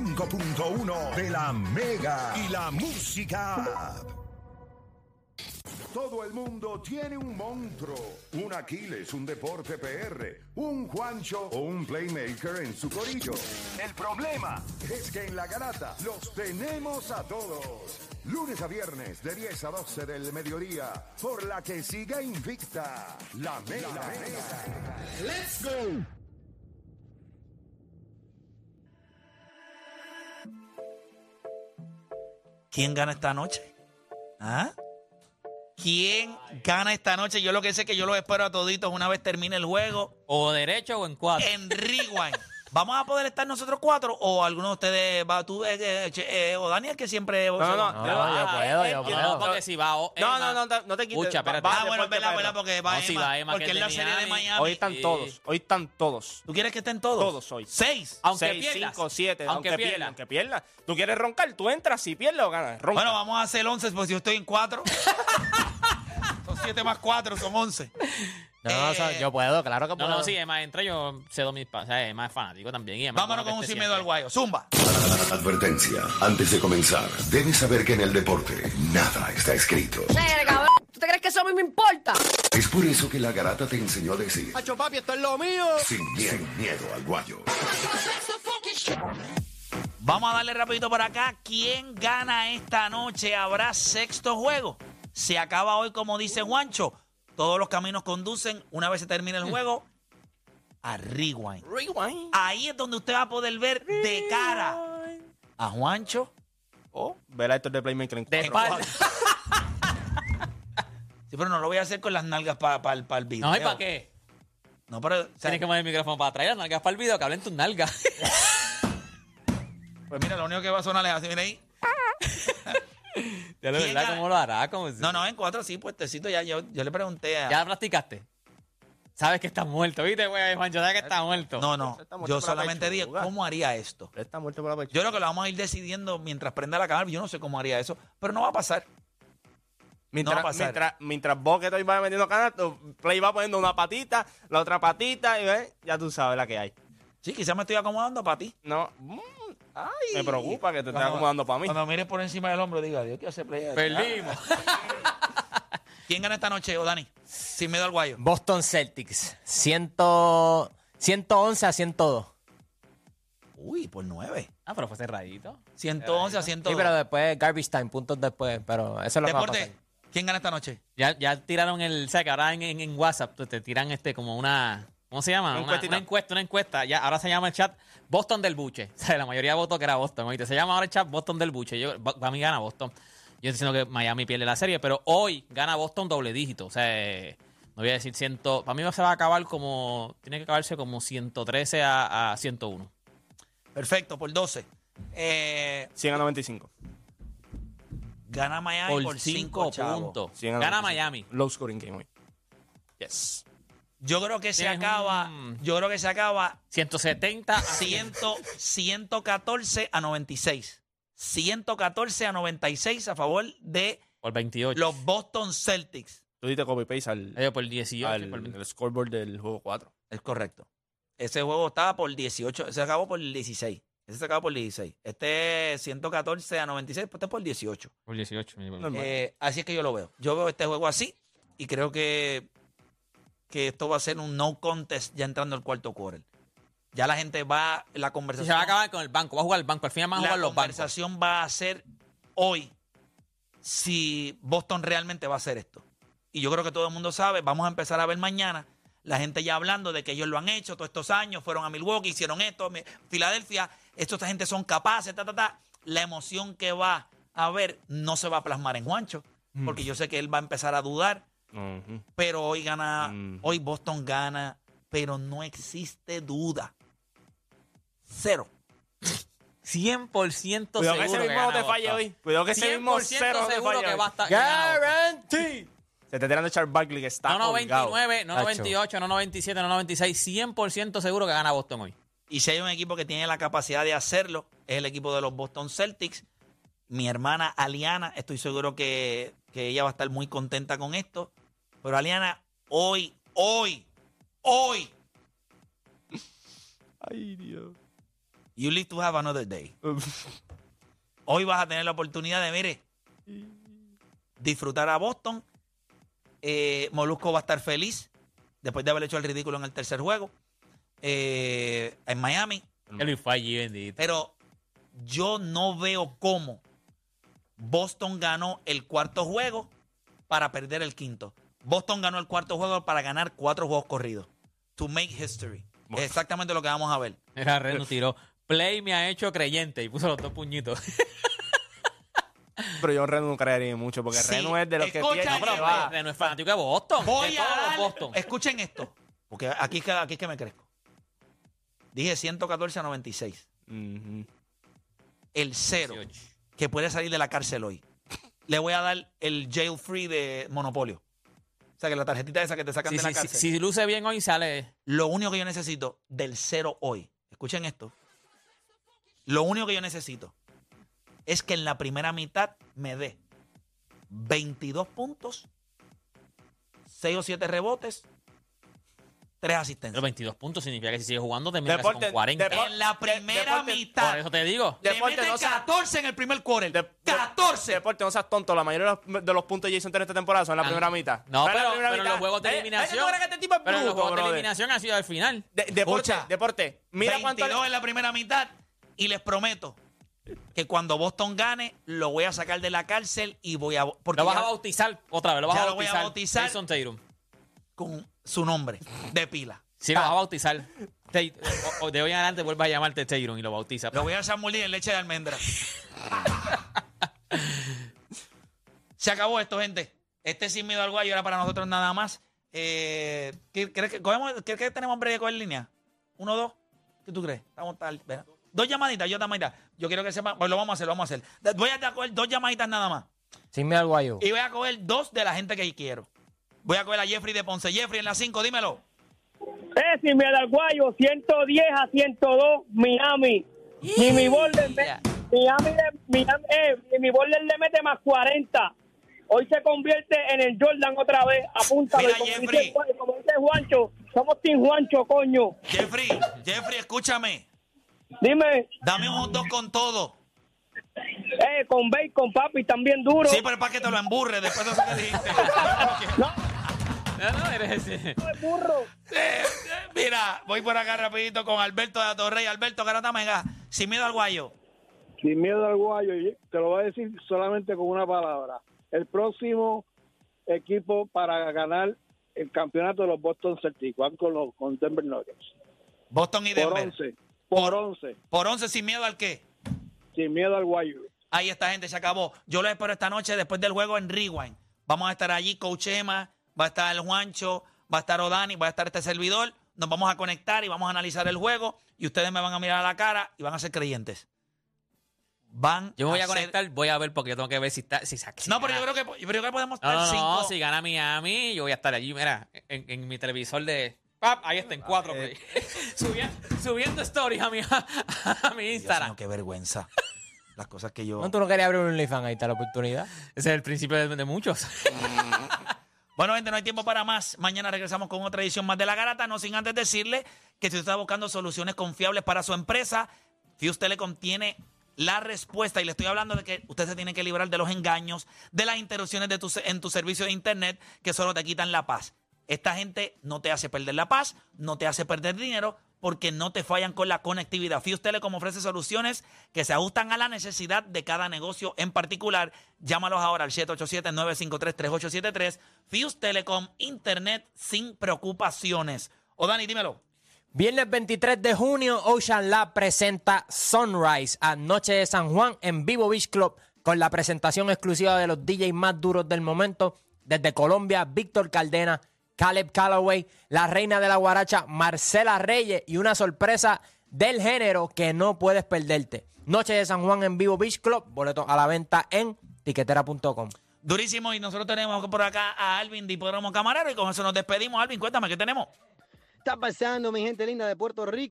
95.1 de la Mega y la Música. Todo el mundo tiene un monstruo, un Aquiles, un deporte PR, un Juancho o un Playmaker en su corillo. El problema es que en la garata los tenemos a todos. Lunes a viernes de 10 a 12 del mediodía, por la que siga invicta la Mega. Let's go. ¿Quién gana esta noche? ¿Ah? ¿Quién gana esta noche? Yo lo que sé es que yo los espero a toditos una vez termine el juego O derecho o en cuatro. en Rewind. ¿Vamos a poder estar nosotros cuatro o alguno de ustedes va tú eh, eh, che, eh, o Daniel que siempre No, no, No, no, yo ah, puedo, eh, yo eh, puedo. no, porque si va o- No, Emma- no, no, no te quites. Escucha, Va- espérate. va Ah, bueno, es Deporte verdad, PR. verdad, porque va No, si Emma, va Emma, que porque es es de la serie de Miami. Miami. Hoy están y- todos, hoy están todos. ¿Tú quieres que estén todos? Todos Ah, hoy. ¿Seis? Aunque Seis, pierdas. cinco, siete, aunque, Aunque pierdas. pierdas. aunque pierdas. Tú quieres roncar, tú entras, si pierdes o ganas, ronca. Bueno, vamos a hacer once, porque yo estoy en cuatro. son siete más cuatro, son once. No, no, so- Eh, yo puedo, claro que No, puedo. no, sí, Emma entra, yo cedo mis pasos. O sea, Emma es fanático también. y Emma Eh, Vámonos es con un bueno que este sin esté miedo al siempre. guayo. Zumba. Advertencia. Antes de comenzar, debes saber que en el deporte nada está escrito. Verga, cabrón. ¿Tú te crees que eso a mí me importa? Es por eso que la garata te enseñó a decir Hacho, papi, esto es lo mío. sin miedo, sin miedo al guayo. Vamos a darle rapidito por acá. ¿Quién gana esta noche? ¿Habrá sexto juego? Se acaba hoy, como dice Juancho. Todos los caminos conducen, una vez se termine el Mm. juego, a Rewind. Rewind. Ahí es donde usted va a poder ver de cara a Juancho. Oh, ver a estos de Playmaker en De cuatro. espalda. Sí, pero no lo voy a hacer con las nalgas para el video. No, ¿y para qué? No, pero... o sea, Tienes que poner el micrófono para atrás y las nalgas para el video, que hablen tus nalgas. Pues mira, lo único que va a sonar es así, mira ahí. Ya lo ¿Quién verdad, gana? ¿cómo lo hará? ¿Cómo es? No, no, en cuatro sí, puestecito ya. Yo, yo le pregunté a... ¿Ya practicaste? Sabes que estás muerto, ¿viste, güey? Juan, yo sabes que estás muerto. Eh, No, no, Está muerto yo por la solamente dije, pechuga. ¿cómo haría esto? Está muerto por la pechuga. Yo creo que lo vamos a ir decidiendo mientras prenda la cámara. Yo no sé cómo haría eso, pero no va a pasar. Mientras, no va a pasar. mientras, mientras vos que te vas metiendo canastos, Play va poniendo una patita, la otra patita, y ¿ves? ya tú sabes la que hay. Sí, quizás me estoy acomodando para ti. No, mm, me preocupa que te estés acomodando para mí. Cuando mires por encima del hombro, diga, Dios, ¿qué hace play? Ah. Perdimos. ¿Quién gana esta noche, o Dani? Sin miedo al guayo. Boston Celtics, 100, 111 a 102. Uy, por nueve. Ah, pero fue cerradito. 111 a Sí, pero 102. después, garbage time, puntos después, pero eso es lo que va a Deporte, pasar. ¿quién gana esta noche? Ya, ya tiraron el. O sea, que ahora en, en- en WhatsApp te, te tiran este como una. ¿Cómo se llama? Una Una, encuestita. una encuesta, una encuesta. Ya, ahora se llama el chat Boston del Buche. O sea, la mayoría votó que era Boston. ¿oíste? Se llama ahora el chat Boston del Buche. Yo, Bo- para mí gana Boston. Yo estoy diciendo que Miami pierde la serie, pero hoy gana Boston doble dígito. O sea, eh, no voy a decir ciento. Para mí se va a acabar como. Tiene que acabarse como 113 a, a 101. Perfecto, por 12. Eh, 100 a 95. gana Miami Por por 5 5 puntos. 100 a Gana 95. Miami. Low scoring game hoy. Yes. Yo creo que se Tienes acaba, un- yo creo que se acaba 170 a 100. 100, 114 a 96. 114 a 96 a favor de Por 28. los Boston Celtics. Tú diste copy paste al, Eh, por 18. al por 20. el scoreboard del juego 4. Es correcto. Ese juego estaba por 18, se acabó por 16. Ese se acabó por 16. Este es 114 a 96, pues este es por 18. Por 18. mi hermano. Normal. Eh, así es que yo lo veo. Yo veo este juego así y creo que, que esto va a ser un no contest ya entrando al cuarto quarter. Ya la gente va, la Sí, conversación se va a acabar con el banco. Va a jugar el banco. Al final van a la jugar los bancos. conversación va a ser hoy si Boston realmente va a hacer esto. Y yo creo que todo el mundo sabe, vamos a empezar a ver mañana la gente ya hablando de que ellos lo han hecho todos estos años, fueron a Milwaukee, hicieron esto, mi- Filadelfia, esto, esta gente son capaces, ta, ta, ta. La emoción que va a haber no se va a plasmar en Juancho, Mm. porque yo sé que él va a empezar a dudar, Ujú. pero hoy gana, Mm. hoy Boston gana, pero no existe duda. Cero. 100% Cuidado seguro. que ese mismo no gana te falle Boston. hoy. Cuidado que ese mismo 100% cero no te seguro falle que hoy. va a estar. que gana Boston. Guarantee. Se está tirando Charles Barkley que está No, no, colgado. 29, no, no, Tacho. 28, no, no, 97, no, no, 96. 100% seguro que gana Boston hoy. Y si hay un equipo que tiene la capacidad de hacerlo, es el equipo de los Boston Celtics. Mi hermana Aliana, estoy seguro que, que ella va a estar muy contenta con esto. Pero Aliana, hoy, hoy, hoy, Ay, Dios. You live to have another day. Hoy vas a tener la oportunidad de, mire, disfrutar a Boston. Eh, Molusco va a estar feliz después de haber hecho el ridículo en el tercer juego eh, en Miami. Que Luis fue allí, bendito. Pero yo no veo cómo Boston ganó el cuarto juego para perder el quinto. Boston ganó el cuarto juego para ganar cuatro juegos corridos. To make history. Es exactamente lo que vamos a ver. Era Red nos tiró. Play me ha hecho creyente y puso los dos puñitos. Pero yo en Renu no creería mucho, porque Sí, Renu es de los que escucha, piensa yo- que va. Red no es fanático de Boston. Voy de a todos los dar- Boston. Escuchen esto, porque aquí es que, aquí es que me crezco. Dije 114 a 96. Ujú. El cero 18. que puede salir de la cárcel hoy. Le voy a dar el jail free de Monopolio. O sea, que la tarjetita esa que te sacan Si, de la si- cárcel. si- si luce bien hoy, sale. Lo único que yo necesito del cero hoy, escuchen esto. Lo único que yo necesito es que en la primera mitad me dé 22 puntos, 6 o 7 rebotes, 3 Los asistencias. 22 puntos significa que si sigue jugando termina casi Deporte, con 40. depo- En la de- primera deporte- Por mitad. eso te digo. Le Deporte, mete no sea- 14 en el primer quarter. De- de- 14. Deporte, no seas tonto. La mayoría de los, de los puntos de Jason Terry esta temporada son en la Ah, primera mitad. No, Son en la pero, primera pero en los mitad. juegos de Ve- ve, eliminación. ¿tú crees que este tipo es pero en los bruto, juegos de brother? eliminación ha sido al final. De- deporte, Escucha. deporte. Mira cuánto. 22 en la primera mitad. Y les prometo que cuando Boston gane, lo voy a sacar de la cárcel y voy a. Porque Lo vas ya- a bautizar otra vez. Lo vas Ya a lo voy a bautizar. bautizar. Jason Tatum. con su nombre de pila. Sí, lo vas a bautizar. Ah. Te- eh, o- o de hoy en adelante vuelvas a llamarte Tatum y lo bautiza. Lo voy a zambulir en leche de almendra. Se acabó esto, gente. Este sin miedo al guayo era para nosotros nada más. Eh, ¿qué- ¿crees, que cogemos- crees que tenemos breve de coger línea? ¿Uno, dos? ¿Qué tú crees? Estamos tal. espera. Dos llamaditas, yo también. Yo quiero que sepan. Pues lo vamos a hacer, lo vamos a hacer. Da- Voy a coger dos llamaditas nada más. Sin miedo al guayo. Y voy a coger dos de la gente que quiero. Voy a coger a Jeffrey de Ponce. Jeffrey en la cinco, dímelo. Es y Eh, me da el guayo, 110 a 102, Miami. Y mi Bolden, Ya. Miami, le- Miami eh, y mi Bolden le mete más 40. Hoy se convierte en el Jordan otra vez, apúntalo. Mira, Y como, Jeffrey. dice, Juan- como dice Juancho, somos Team Juancho, coño. Jeffrey, Jeffrey, escúchame. Dime, Dame un hot dog con todo. eh, con bacon, papi, también duro. Sí, pero es para que te lo emburre después de eso que dijiste. No, no, eres ese. burro. Eh, eh, Mira, voy por acá rapidito con Alberto de Atorrey. Alberto, garata mega, ah, sin miedo al guayo. Sin miedo al guayo, y te lo voy a decir solamente con una palabra. El próximo equipo para ganar el campeonato de los Boston Celtics, van con, los, con Denver Nuggets. Boston y Por Denver. 11, Por- por 11, Por 11, sin miedo al qué. sin miedo al guayo. Ahí está, gente, se acabó. Yo los espero esta noche después del juego en Rewind. Vamos a estar allí, Coach Emma, va a estar el Juancho, va a estar Odani, va a estar este servidor. Nos vamos a conectar y vamos a analizar el juego. Y ustedes me van a mirar a la cara y van a ser creyentes. Van Yo me voy a ser- conectar, voy a ver porque yo tengo que ver si está. Si, sa- si No, pero yo gana. creo que, pero yo creo que podemos No, estar no, no, cinco. si gana Miami, yo voy a estar allí, mira, en, en mi televisor de... Ah, eh. ¡Pap! Ahí está, en cuatro play. subiendo, subiendo stories a mi, a mi Dios Instagram. mío, qué vergüenza. Las cosas que yo. No, tú no querías abrir un OnlyFans, ahí está la oportunidad. Ese es el principio de, de muchos. Bueno, gente, no hay tiempo para más. Mañana regresamos con otra edición más de La Garata. No sin antes decirle que si usted está buscando soluciones confiables para su empresa, Fuse Telecom tiene la respuesta. Y le estoy hablando de que usted se tiene que librar de los engaños, de las interrupciones de tu se- en tu servicio de Internet que solo te quitan la paz. Esta gente no te hace perder la paz, no te hace perder dinero, porque no te fallan con la conectividad. Fuse Telecom ofrece soluciones que se ajustan a la necesidad de cada negocio en particular. Llámalos ahora al 787-953-3873. Fuse Telecom, Internet sin preocupaciones. O Dani, dímelo. Viernes 23 de junio, Ocean Lab presenta Sunrise a Noche de San Juan en Vivo Beach Club con la presentación exclusiva de los DJs más duros del momento desde Colombia, Víctor Caldena, Caleb Calloway, la reina de la guaracha Marcela Reyes y una sorpresa del género que no puedes perderte. Noche de San Juan en Vivo Beach Club, boleto a la venta en tiquetera.com. Durísimo. Y nosotros tenemos por acá a Alvin Dipódromo Camarero. Y con eso nos despedimos. Alvin, cuéntame, ¿qué tenemos? está pasando, mi gente linda de Puerto Rico?